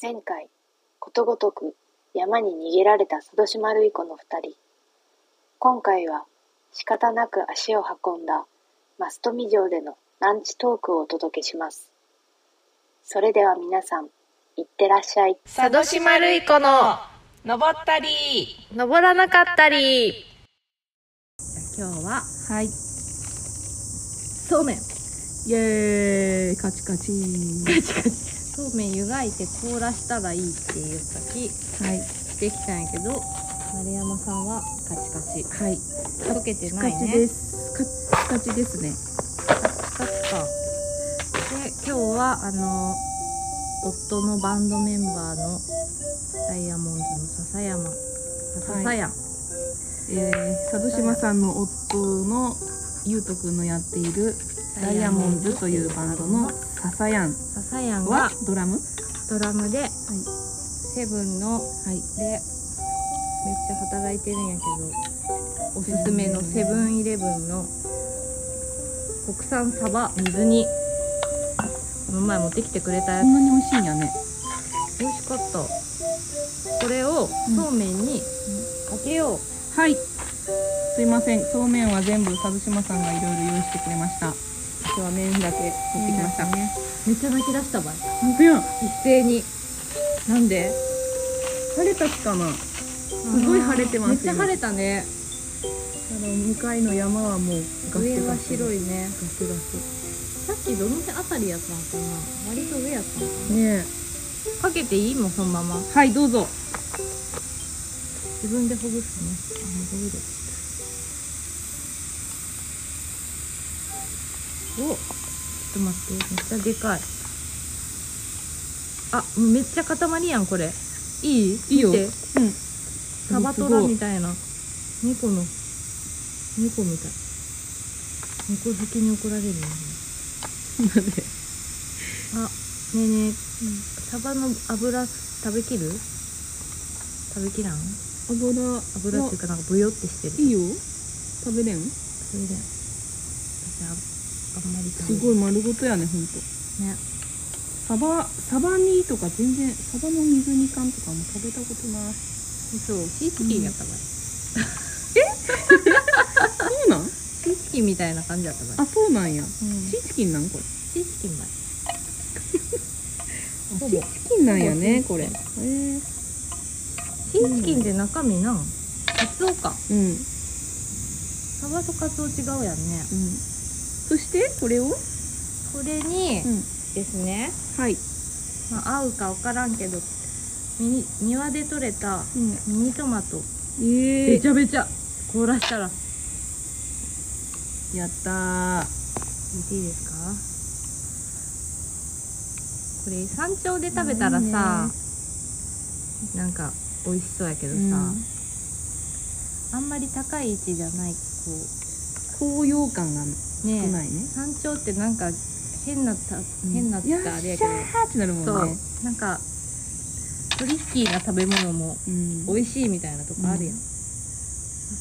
前回ことごとく山に逃げられた佐渡島瑠衣子の二人今回は仕方なく足を運んだマストミ城でのランチトークをお届けしますそれでは皆さんいってらっしゃい佐渡島るい子の登ったり登らなかったり今日ははい。そうめんイエーイ、カチカチ。そうめん湯がいて凍らしたらいいって言ったきはい。できたんやけど丸山さんはカチカチはい。溶けてカなチいカチでねす。カチカチですね。カチカチかで今日はあの夫のバンドメンバーのダイヤモンドの笹山笹山、えー、佐渡島さんの夫のゆうとくんのやっているダイヤモンズというバンドのササヤン笹山ははドラムドラムで、セブンのはい。でめっちゃ働いてるんやけどおすすめのセブンイレブンの国産サバ水煮この前持ってきてくれたやこんなに美味しいんやね。つ美味しかったこれをそうめんにかけよう、はい。すいません。そうめんは全部佐渡島さんがいろいろ用意してくれました。今日は麺だけ持ってきました。ねめっちゃ泣き出したわ本当や。一斉になんで晴れた日かな。すごい晴れてますめっちゃ晴れたあねの向かいの山はもうガス上ガはス白いねガスガスさっきどの辺あたりやったんかな割と上やったんかねなかけていいもんそのままえはいどうぞ自分でほぐすね。あ、ほぐれお、ちょっと待って、めっちゃでかい。あ、めっちゃ塊やん、これ。いいいいよ見てうんサバトラみたいな。猫の、猫みたい。猫好きに怒られるよね。 あ、ねえねえ、サバの油食べきる食べきらん油油っていうかなんかブヨってしてるいいよ食べれんそれで私はあんまりすごい丸ごとやねほんとねサバサバ煮とか全然サバの水煮缶とかも食べたことないそそうシーチキンやったから、うなんシーチキンみたいな感じやったからあそうなんやうんシーチキンなんこれシーチキン前 あほぼシーチキンなんやねこほぼれシへーチえシーチキンって中身なんカツオかうんうんサバとカツオ違うやんねそしてこれをうこれにんですね、はいまあ、合うか分からんけどミニ庭で採れたうんミニトマトええゃべちゃ凍らしたらやったー入れていいですかこれ山頂で食べたらさなんか美味しそうやけどさ、うんあんまり高い位置じゃないこ高揚感がう少ねえないね山頂ってなんか変なた変なっよってしゃあれやけど、ーってなるもんそうねなんかトリッキーな食べ物もうん美味しいみたいなとこあるうんやん、あ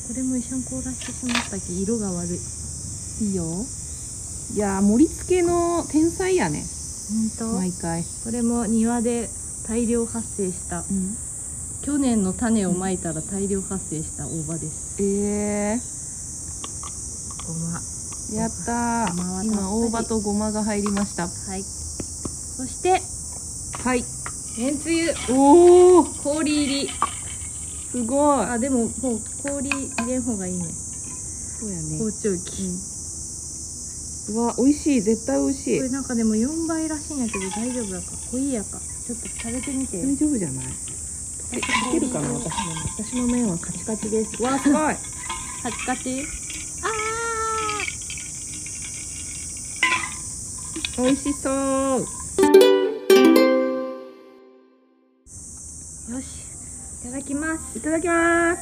これも一緒に凍らしてしまったき色が悪いいいよ本いやー盛り付けの天才やね当毎回、これも庭で大量発生した去年の種をまいたら大量発生した大葉ですえごまー、やったごまはたっーぷり今大葉とごまが入りましたはいそしてはいめんつゆおー氷入りすごいあでももう氷入れん方がいいねそうやね包丁機、うん、うわ美味しい絶対美味しいこれなんかでも4倍らしいんやけど大丈夫だか濃いやかちょっと食べてみて大丈夫じゃないえいけるかな私も私の麺はカチカチですわーすごいカチカチ美味しそうよしいただきますいただきます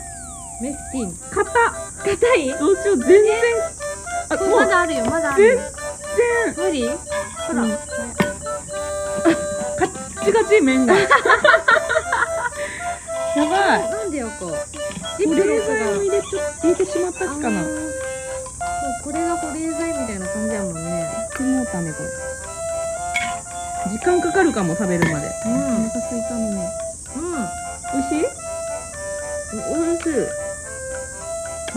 メスティン買った硬いどうしよう全然あこれまだあるよまだあるよ無理ほら、うんこれカチカチ麺が やばいなんでよこジ保ッ冷プロック剤がを入れちゃ入れてしまった日かなあーもうこれが保冷剤みたいな感じやもんねもうたねこれ時間かかるかも食べるまで、うんお腹空いたのに美味しいうんおいしい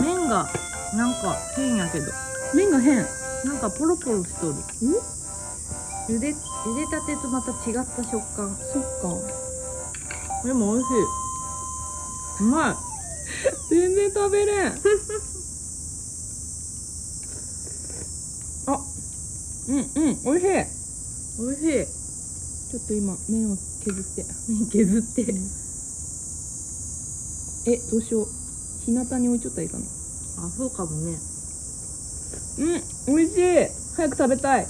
麺がなんか変やけど麺が変なんかポロポロしとるゆでゆでたてとまた違った食感そっかでも美味しいうまい 全然食べれん あうんうん美味しい美味しいちょっと今麺を削って麺削ってえどうしよう日向に置いちゃったらいいかなあそうかもねうん美味しい早く食べたい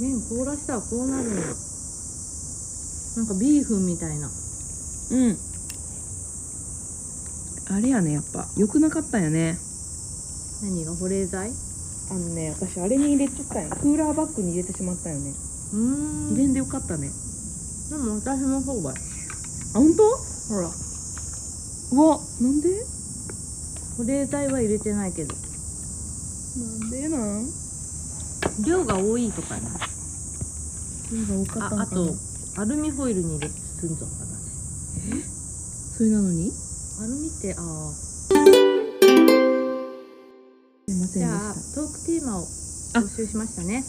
麺凍らしたらこうなるのなんかビーフンみたいなうんあれやねやっぱ良くなかったんやね何が保冷剤うあのね私あれに入れちゃったんやクーラーバッグに入れてしまったよねーん入でれんでよかったねも私もそうばいあ本当ほらうわなんで保冷剤は入れてないけどなんでなん量が多いとかね量が多かったあのかなあとアルミホイルに入れて包んじゃったなそれなのにアルミってああすいませんでじしゃたあトークテーマを募集しましたね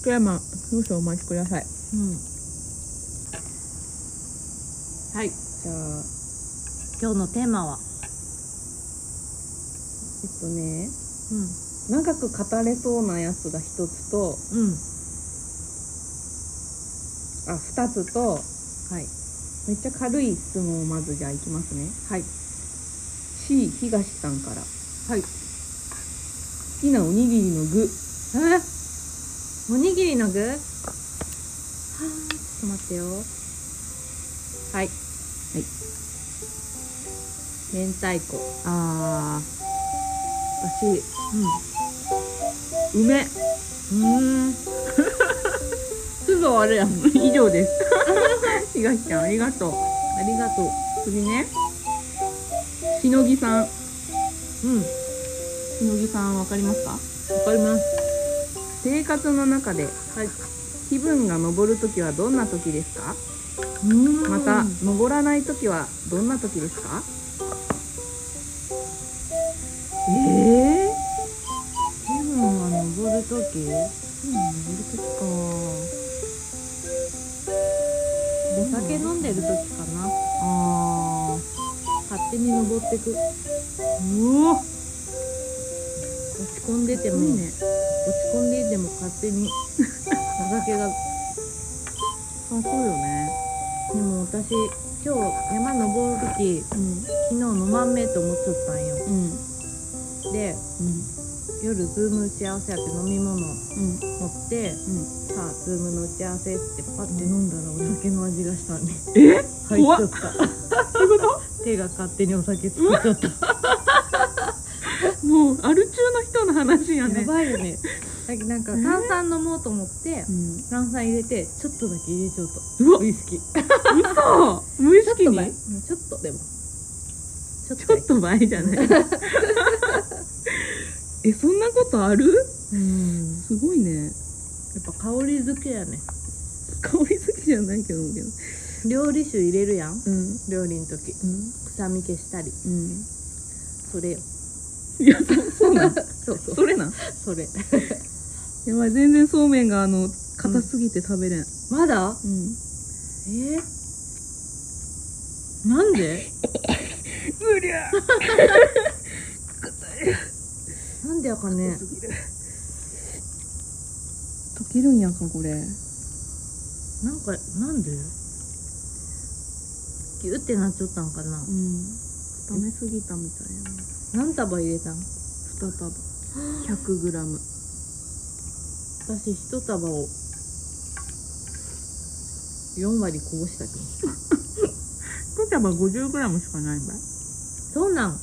福山少々お待ちくださいうんはいじゃあ今日のテーマえはっとねうん長く語れそうなやつが一つとうんあ二つとはいめっちゃ軽い質問をまずじゃあいきますねはい C 東さんから好はいきなおにぎりの具えおにぎりの具はあちょっと待ってよはいはい明太子あーうん梅 うんすぐ終わるやん以上 です東ちゃんありがとうありがとう次ねしのぎさんうんわしのぎさんわかりますかかります生活の中ではい気分が上るときはどんなときですかうんまた上らないときはどんなときですかええ気分が登るときお酒飲んでるときかなあ勝手に登ってくうお落ち込んでても、落ち込んでいても勝手にお酒があそうよねでも私今日山登る時うん昨日飲まんめと思っちゃったんようんで夜ズーム打ち合わせやって飲み物うん持って、さあズームの打ち合わせってパッて飲んだらお酒の味がしたね、え入っ怖っちゃ った手が勝手にお酒作っちゃった、もうアル中の人の話ややねばいよねだけどなんか炭酸飲もうと思ってうん炭酸入れてちょっとだけ入れちゃうとうわウイスキー嘘無意ちょっ識とに前うんちょっとでもちょっちとょっと前じゃない えそんなことあるうんすごいねやっぱ香り付けやね香り好きじゃないけど思うけど料理酒入れるやんうん料理の時うん臭み消したりうん それよいやそそうなんそうそうそれなんそれやばい全然そうめんがあの硬すぎて食べれんまだうんえー、なんで無理や なんでやかね溶けるんやかこれなんかなんでギュってなっちゃったんかなうん固めすぎたみたいやね何束入れたん2束 100g 私一束を4割こぼしたけど1束 50g しかないんだそうなんうん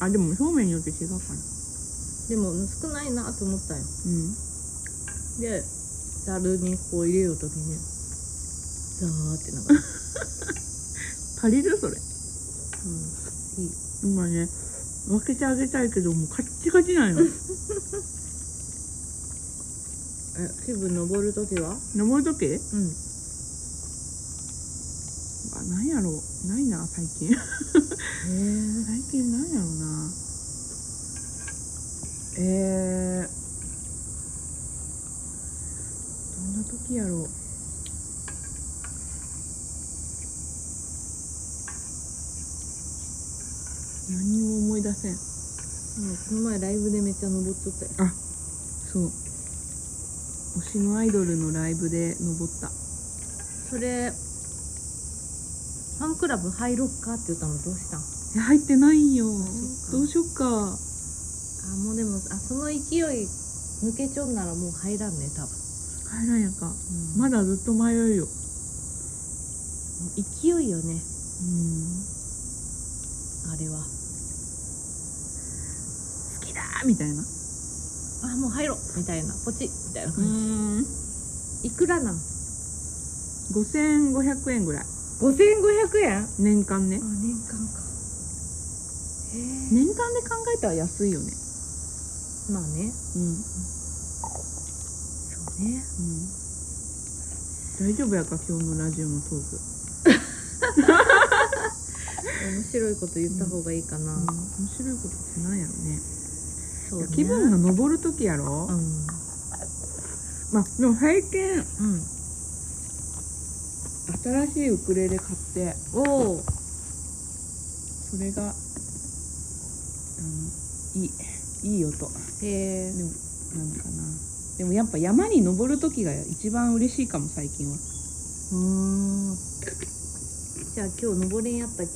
あでもそうめんによって違うかなでも少ないなと思ったようんでざるにこう入れようときにザーってなんか、う足りるそれん、いい今ね分けてあげたいけどもうカッチカチなんよえセブン登るときは登る時うんあなんやろうないな最近へ最近なんやろうなえー、どんな時やろう何も思い出せんえこの前ライブでめっちゃ登っとったよそう推しのアイドルのライブで登ったそれファンクラブ入ろっかって言ったのどうしたんあいや入ってないよっかどうしよっかもうでもあその勢い抜けちょんならもう入らんね多分、入らんやんかうんまだずっと迷うよ勢いよねうんあれは好きだーみたいなあもう入ろうみたいなポチみたいな感じ、んいくらなん5500円ぐらい5500円あ年間ね年間かへえ年間で考えたら安いよねまあねうん、うん、そうね大丈夫やか今日のラジオのトーク、面白いこと言った方がいいかな、うん、面白いことってなんやろねそうね気分が登る時やろ、うんまあでも最近うん新しいウクレレ買っておおそれがあのいいいい音へえでもなんかなでもやっぱ山に登る時が一番嬉しいかも最近はうーんじゃあ今日登れんやったき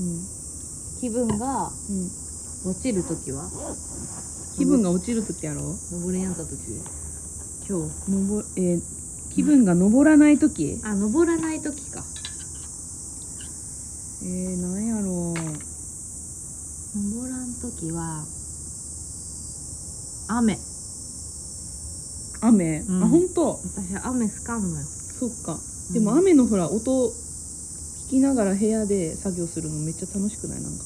うん、気分がうん、落ちる時は気分が落ちる時やろ登れんやった時今日登えー気分が登らない時、あ登らない時かえー、なんやろう登らん時は雨雨、うんあ本当私は雨好かんのよそっかうんでも雨のほら音聞きながら部屋で作業するのめっちゃ楽しくないなんか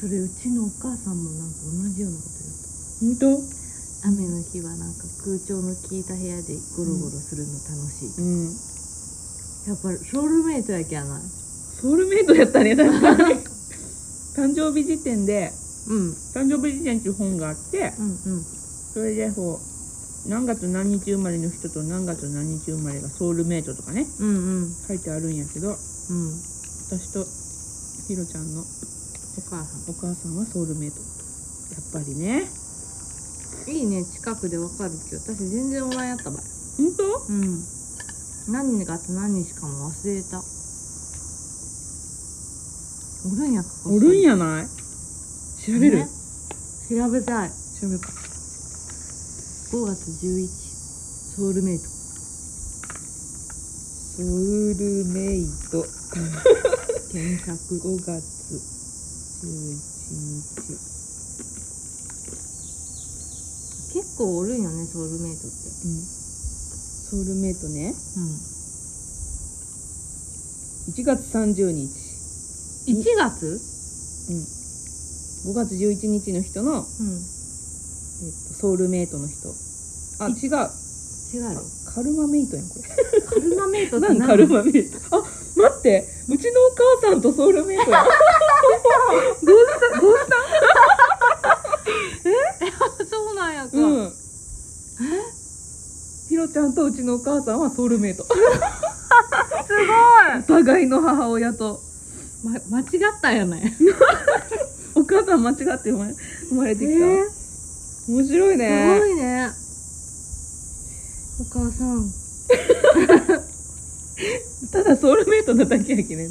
それうちのお母さんもなんか同じようなこと言う本当雨の日はなんか空調の効いた部屋でゴロゴロするの楽しい、うんやっぱりソウルメイトやきゃないソウルメイトやった ね確かに誕生日辞典でうん「誕生日辞典」っていう本があってうんうんそれでこう何月何日生まれの人と何月何日生まれがソウルメイトとかねうんうん書いてあるんやけどうん私とひろちゃんのお母さんお母さんはソウルメイトやっぱりねいいね近くでわかるけど私全然おらんやったばい本当うん何があと何日かも忘れたおるんやかおるんやない調べる、ね調べたい調べる5月11ソウルメイトソウルメイト検索5月11日結構おるんよねソウルメイトってうんソウルメイトねうん1月30日1月5月11日の人の、うんえっと、ソウルメイトの人あ違う違うよカルマメイトやんこれカルマメイトって何 何カルマメイトあ待ってうちのお母さんとソウルメイトやんそうなんやか、うんひろちゃんとうちのお母さんはソウルメイトすごいお互いの母親とま、間違ったんやないお母さん間違って生まれ生まれてきた、えー面白いすごねいねお母さんただソウルメイトなだけやけ ね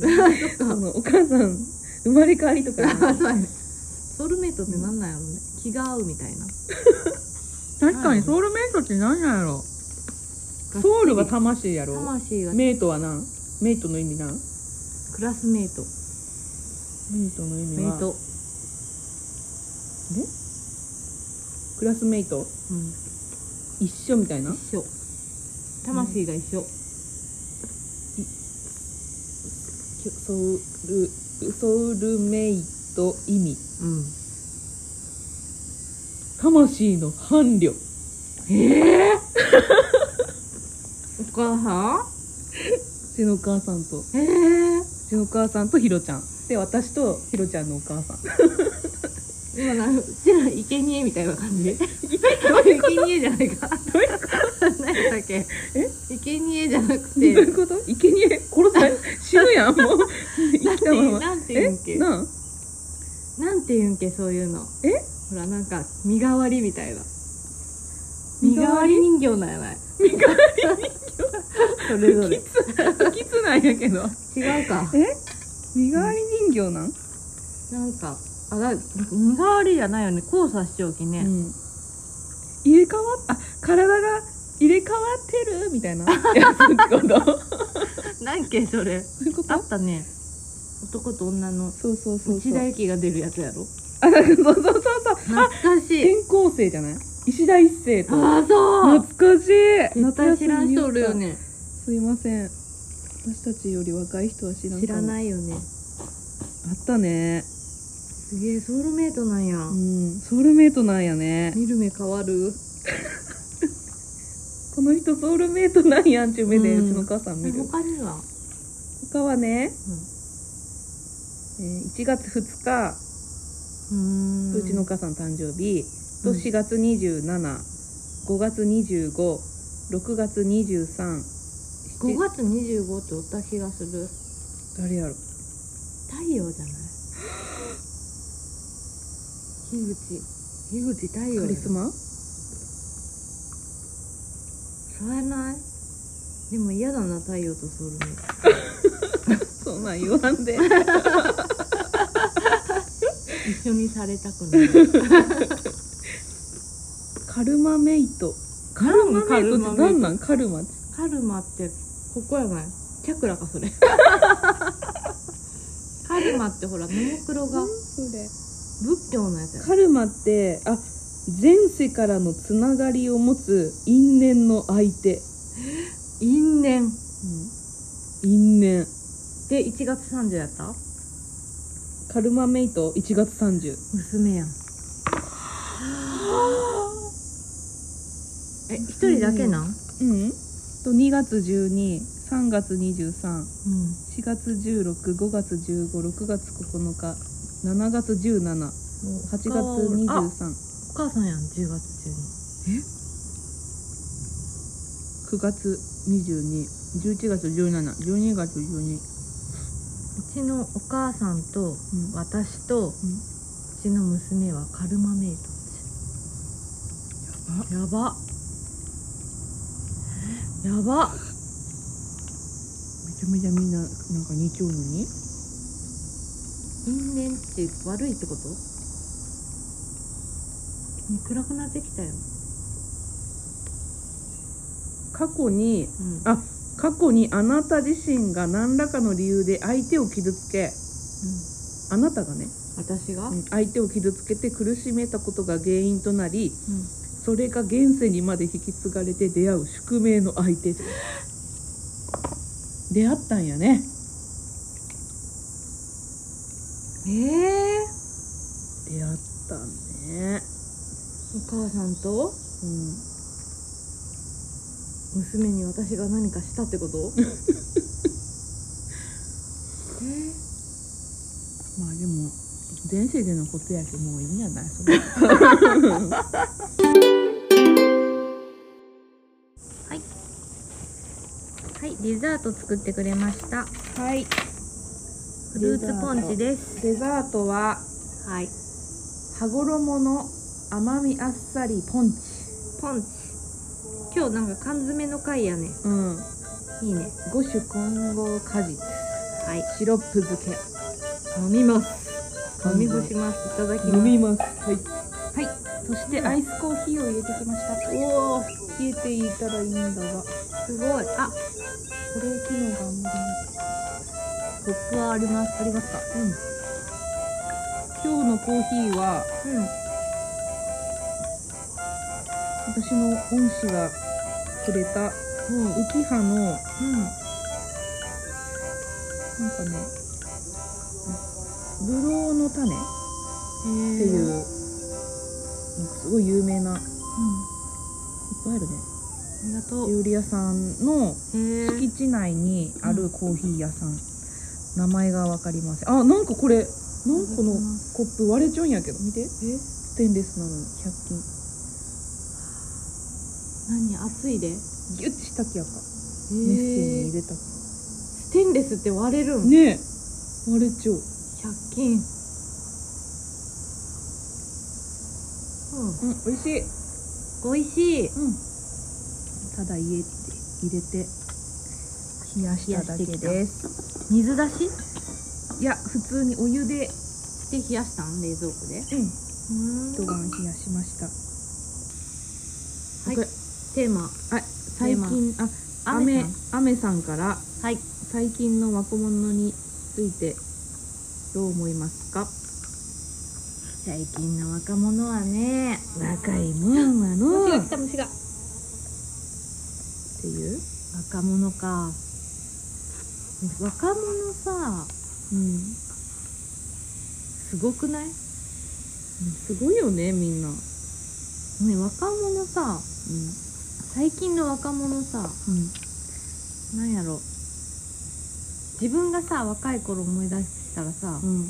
そのお母さん生まれ変わりとかじゃないあそうやねソウルメイトってなんなんやろね、気が合うみたいな確かにソウルメイトって何なんやろソウルは魂やろ魂がメイトは何メイトの意味なんクラスメイトメイトの意味メイはト、えクラスメイトうん、一緒みたいな一緒魂が一緒、ソウルソウルメイト意味うん魂の伴侶ええお母さちのお母さんとうんええちのお母さんとひろちゃんで私とひろちゃんのお母さん今なんうちら生贄みたいな感じどういう生贄じゃないかどういうこと何だっけえ生贄じゃなくどうていうこと生贄殺され死ぬやんもう生なんきてたままなんてえ言うんけなんなんて言うんけそういうのえほらなんか身代わりみたいな身身代代わわりり人形なんやない身代わり人形それぞれ不吉なんやけど違うかえ身代わり人形なん、なんかあだ身代わりじゃないよね交差しちゃうきね、うん入れ替わっあ体が入れ替わってるみたいなやつってことなんけそれそういうこあとったね男と女のそうそうそうそ内う田有紀が出るやつやろあそうそうそうそう懐かしい転校生じゃない石田一生とああそう懐かしい絶対知らん人おるよ夏休みに見ねたすいません私たちより若い人は知らん知らないいよねあったねすげえソウルメイトなんや、うんソウルメイトなんやね見る目変わるこの人ソウルメイトなんやんちゅう目でうんうちのお母さん見る他には、他はね、うえー1月2日ん、うーんうちのお母さん誕生日とうん4月275月256月235 5月25っておった気がする誰やろ太陽じゃない樋口樋口太陽やカリスマそうやないでも嫌だな太陽とソウルメイトそんなん言わんで一緒にされたく ない カルマメイトカカルマメイトルっマメてイト何なんカルマってカルマってここやないチャクラか それカルマってほらももクロがそれ仏教のやつやカルマってあ前世からのつながりを持つ因縁の相手、因縁因縁で1月30やったカルマメイト1月30娘 やんえ一人だけなん、うんと2月123月234うん、月165月156月9日7月178月あ239お母さんやん10月中に月2211月1712月12うちのお母さんとうん私とううんちの娘はカルマメイトやばやばめちゃめちゃみんななんか似ちゃうのに因縁って悪いってことね暗くなってきたよ過去にうんあ過去にあなた自身が何らかの理由で相手を傷つけうんあなたがね、私が、うん相手を傷つけて苦しめたことが原因となりうんそれが現世にまで引き継がれて出会う宿命の相手出会ったんやねええ出会ったねお母さんとうん娘に私が何かしたってことえーまあでも前世でのことやけもういいんじゃないそれはい、デザート作ってくれました。はいフルーツポンチです。デザートははい、羽衣の甘みあっさりポンチポンチ。今日なんか缶詰の回やね。うんいいね。五種混合果実はい、シロップ漬け飲みます。飲み干します。いただきます。ますはい、はい、そしてアイスコーヒーを入れてきましたおお冷えていたらいいんだがこすごい。あ、れ機能があんまコップはあります。ありますか。り今日のコーヒーはうん。うん。私の恩師がくれたウキハのなうんん。かねブドウの種っていうなんかすごい有名なウぱいあるねありがとう。ユーリ屋さんのえー、敷地内にあるコーヒー屋さん、名前が分かりませんあなんかこれなんかこのコップ割れちょんやけど見てえステンレスなのに100均何熱いで。えギュッてしたきやかメッセージにー、入れたきステンレスって割れるん。ねえ割れちょう100均。うん美味しい美味しいうんただ家って入れて冷やしただけです水出しいや普通にお湯でして冷やしたん冷蔵庫でううんん一晩冷やしましたはい僕テーマあ、最近あ、雨雨さん雨さんからはい最近の若者についてどう思いますか？最近の若者はね若いもんはのった虫がていう。若者か若者さうん。すごくないすごいよねみんな。うん。ね若者さ最近の若者さうん。なんやろ自分がさ若い頃思い出したらさ、うん。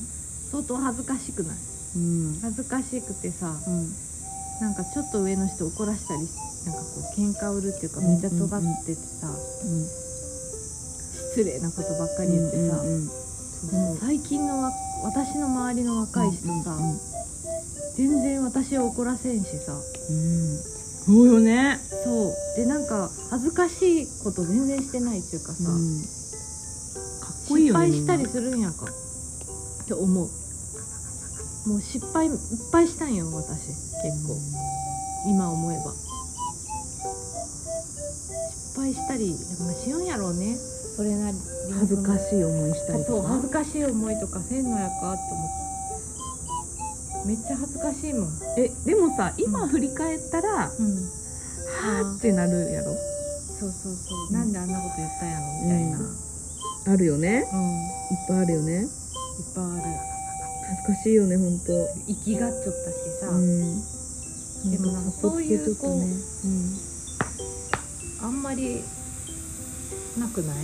相当恥ずかしくないうん。恥ずかしくてさうん。なんかちょっと上の人怒らしたりなんかこう喧嘩売るっていうかうんうんうんめっちゃ尖っててさ、失礼なことばっかり言ってさ、うん。でも最近のわ私の周りの若い人さ、全然私を怒らせんしさうん。そうよね。そうでなんか恥ずかしいこと全然してないっていうかさ、うん。かっこいいよ失ね。敗したりするんやかって思うもう失敗いっぱいしたんよ私結構今思えば失敗したりやっぱしよんやろうねそれなりに恥ずかしい思いしたりそとうか恥ずかしい思いとかせんのやかって思ってめっちゃ恥ずかしいもんえでもさう今ん振り返ったら、うんはーってなるやろそうそうそう、なんであんなこと言ったんやろみたいなううんん、あるよねいっいっぱいあるよねぱいある恥ずかしいよね本当生きがっちょったしさ、うんでもなんかそういうこうねうんあんまりなくないな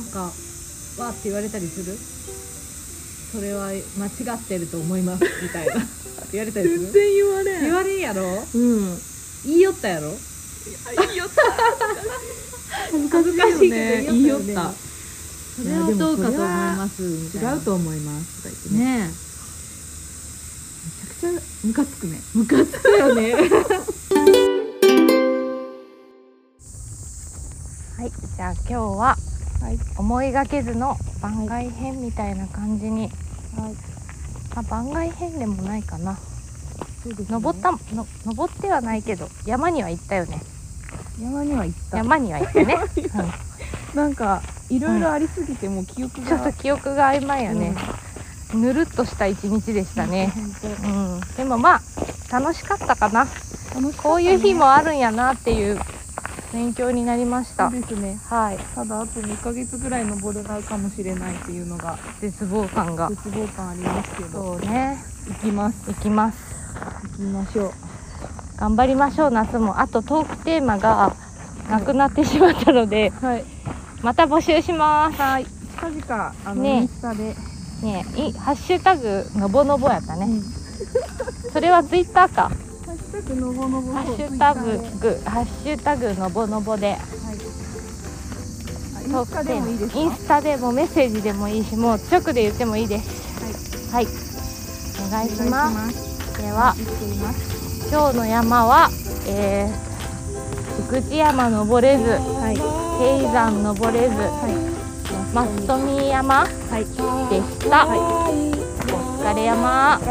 んかわーって言われたりするそれは間違ってると思いますみたいな 言われたり全する然言われん言われんやろうん言いよったやろ恥ずかしいよね言いよっ恥ずかしいけど言いよったよたねそれはどうかと思いますみたいな違うと思いますとか言ってねねめちゃくちゃムカつくねえムカつくよ ねはい、じゃあ今日は思いがけずの番外編みたいな感じに、まあ、番外編でもないかな、登ったの登ってはないけど山には行ったよね山には行った山には行った ねなんかいろいろありすぎてもう記憶ちょっがと記憶が曖昧やね、ぬるっとした一日でしたね、うん、でもまあ楽しかったかなこういう日もあるんやなっていう勉強になりましたですねはいただあと2ヶ月ぐらい登れないかもしれないっていうのが絶望感が絶望感ありますけどそうね行きます行きます行きましょう頑張りましょう夏もあとトークテーマがなくなってしまったので、はいまた募集しますはい近々あの、ねえインスタでねえいハッシュタグのぼのぼやったね、それはツイッターかハッシュタグのぼのぼハッシュ Twitter タでググハッシュタグのぼのぼであイトーンスタクでテーマもいいですかインスタでもメッセージでもいいしもう直で言ってもいいですはい、お願いしますますでは今日の山は、えー、福知山登れず、低山登れず、マストミ山、でした、お疲れ山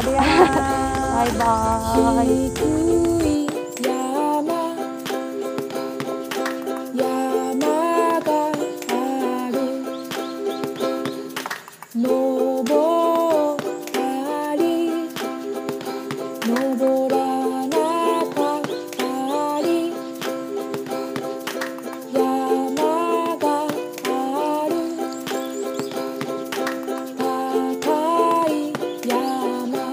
バイバーイ低い山山がある登ったり登らなかったり山がある高い山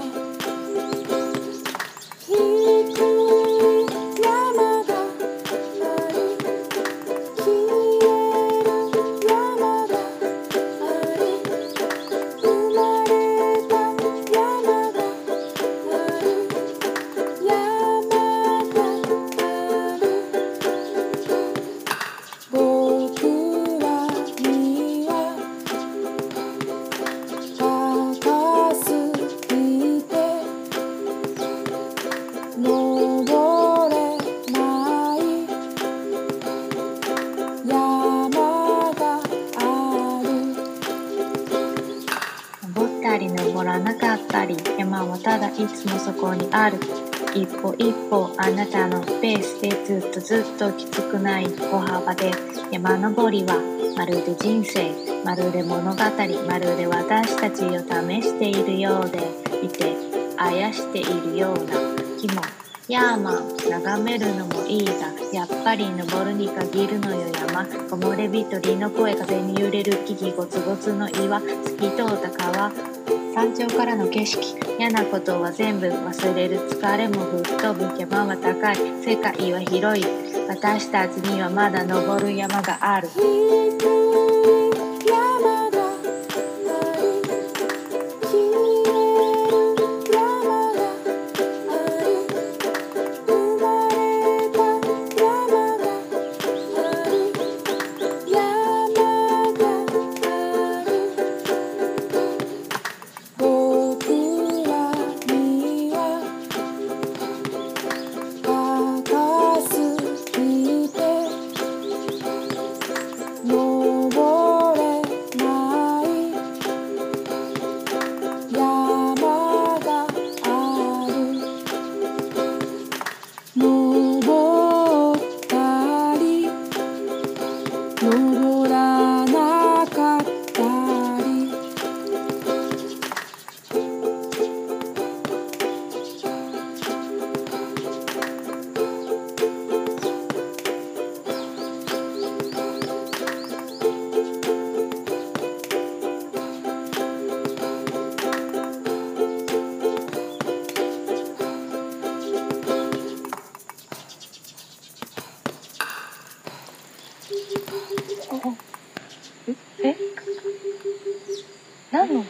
「低いはなかったり山はただいつもそこにある一歩一歩あなたのペースでずっとずっときつくない歩幅で山登りはまるで人生まるで物語まるで私たちを試しているようで見てあやしているような気もヤーマン眺めるのもいいがやっぱり登るに限るのよ山木漏れ日鳥の声風に揺れる木々ゴツゴツの岩透き通った川山頂からの景色嫌なことは全部忘れる疲れも吹っ飛ぶ山は高い世界は広い私たちにはまだ登る山がある僕らには高すぎて登れない山がある登ったり登らなかったり何の音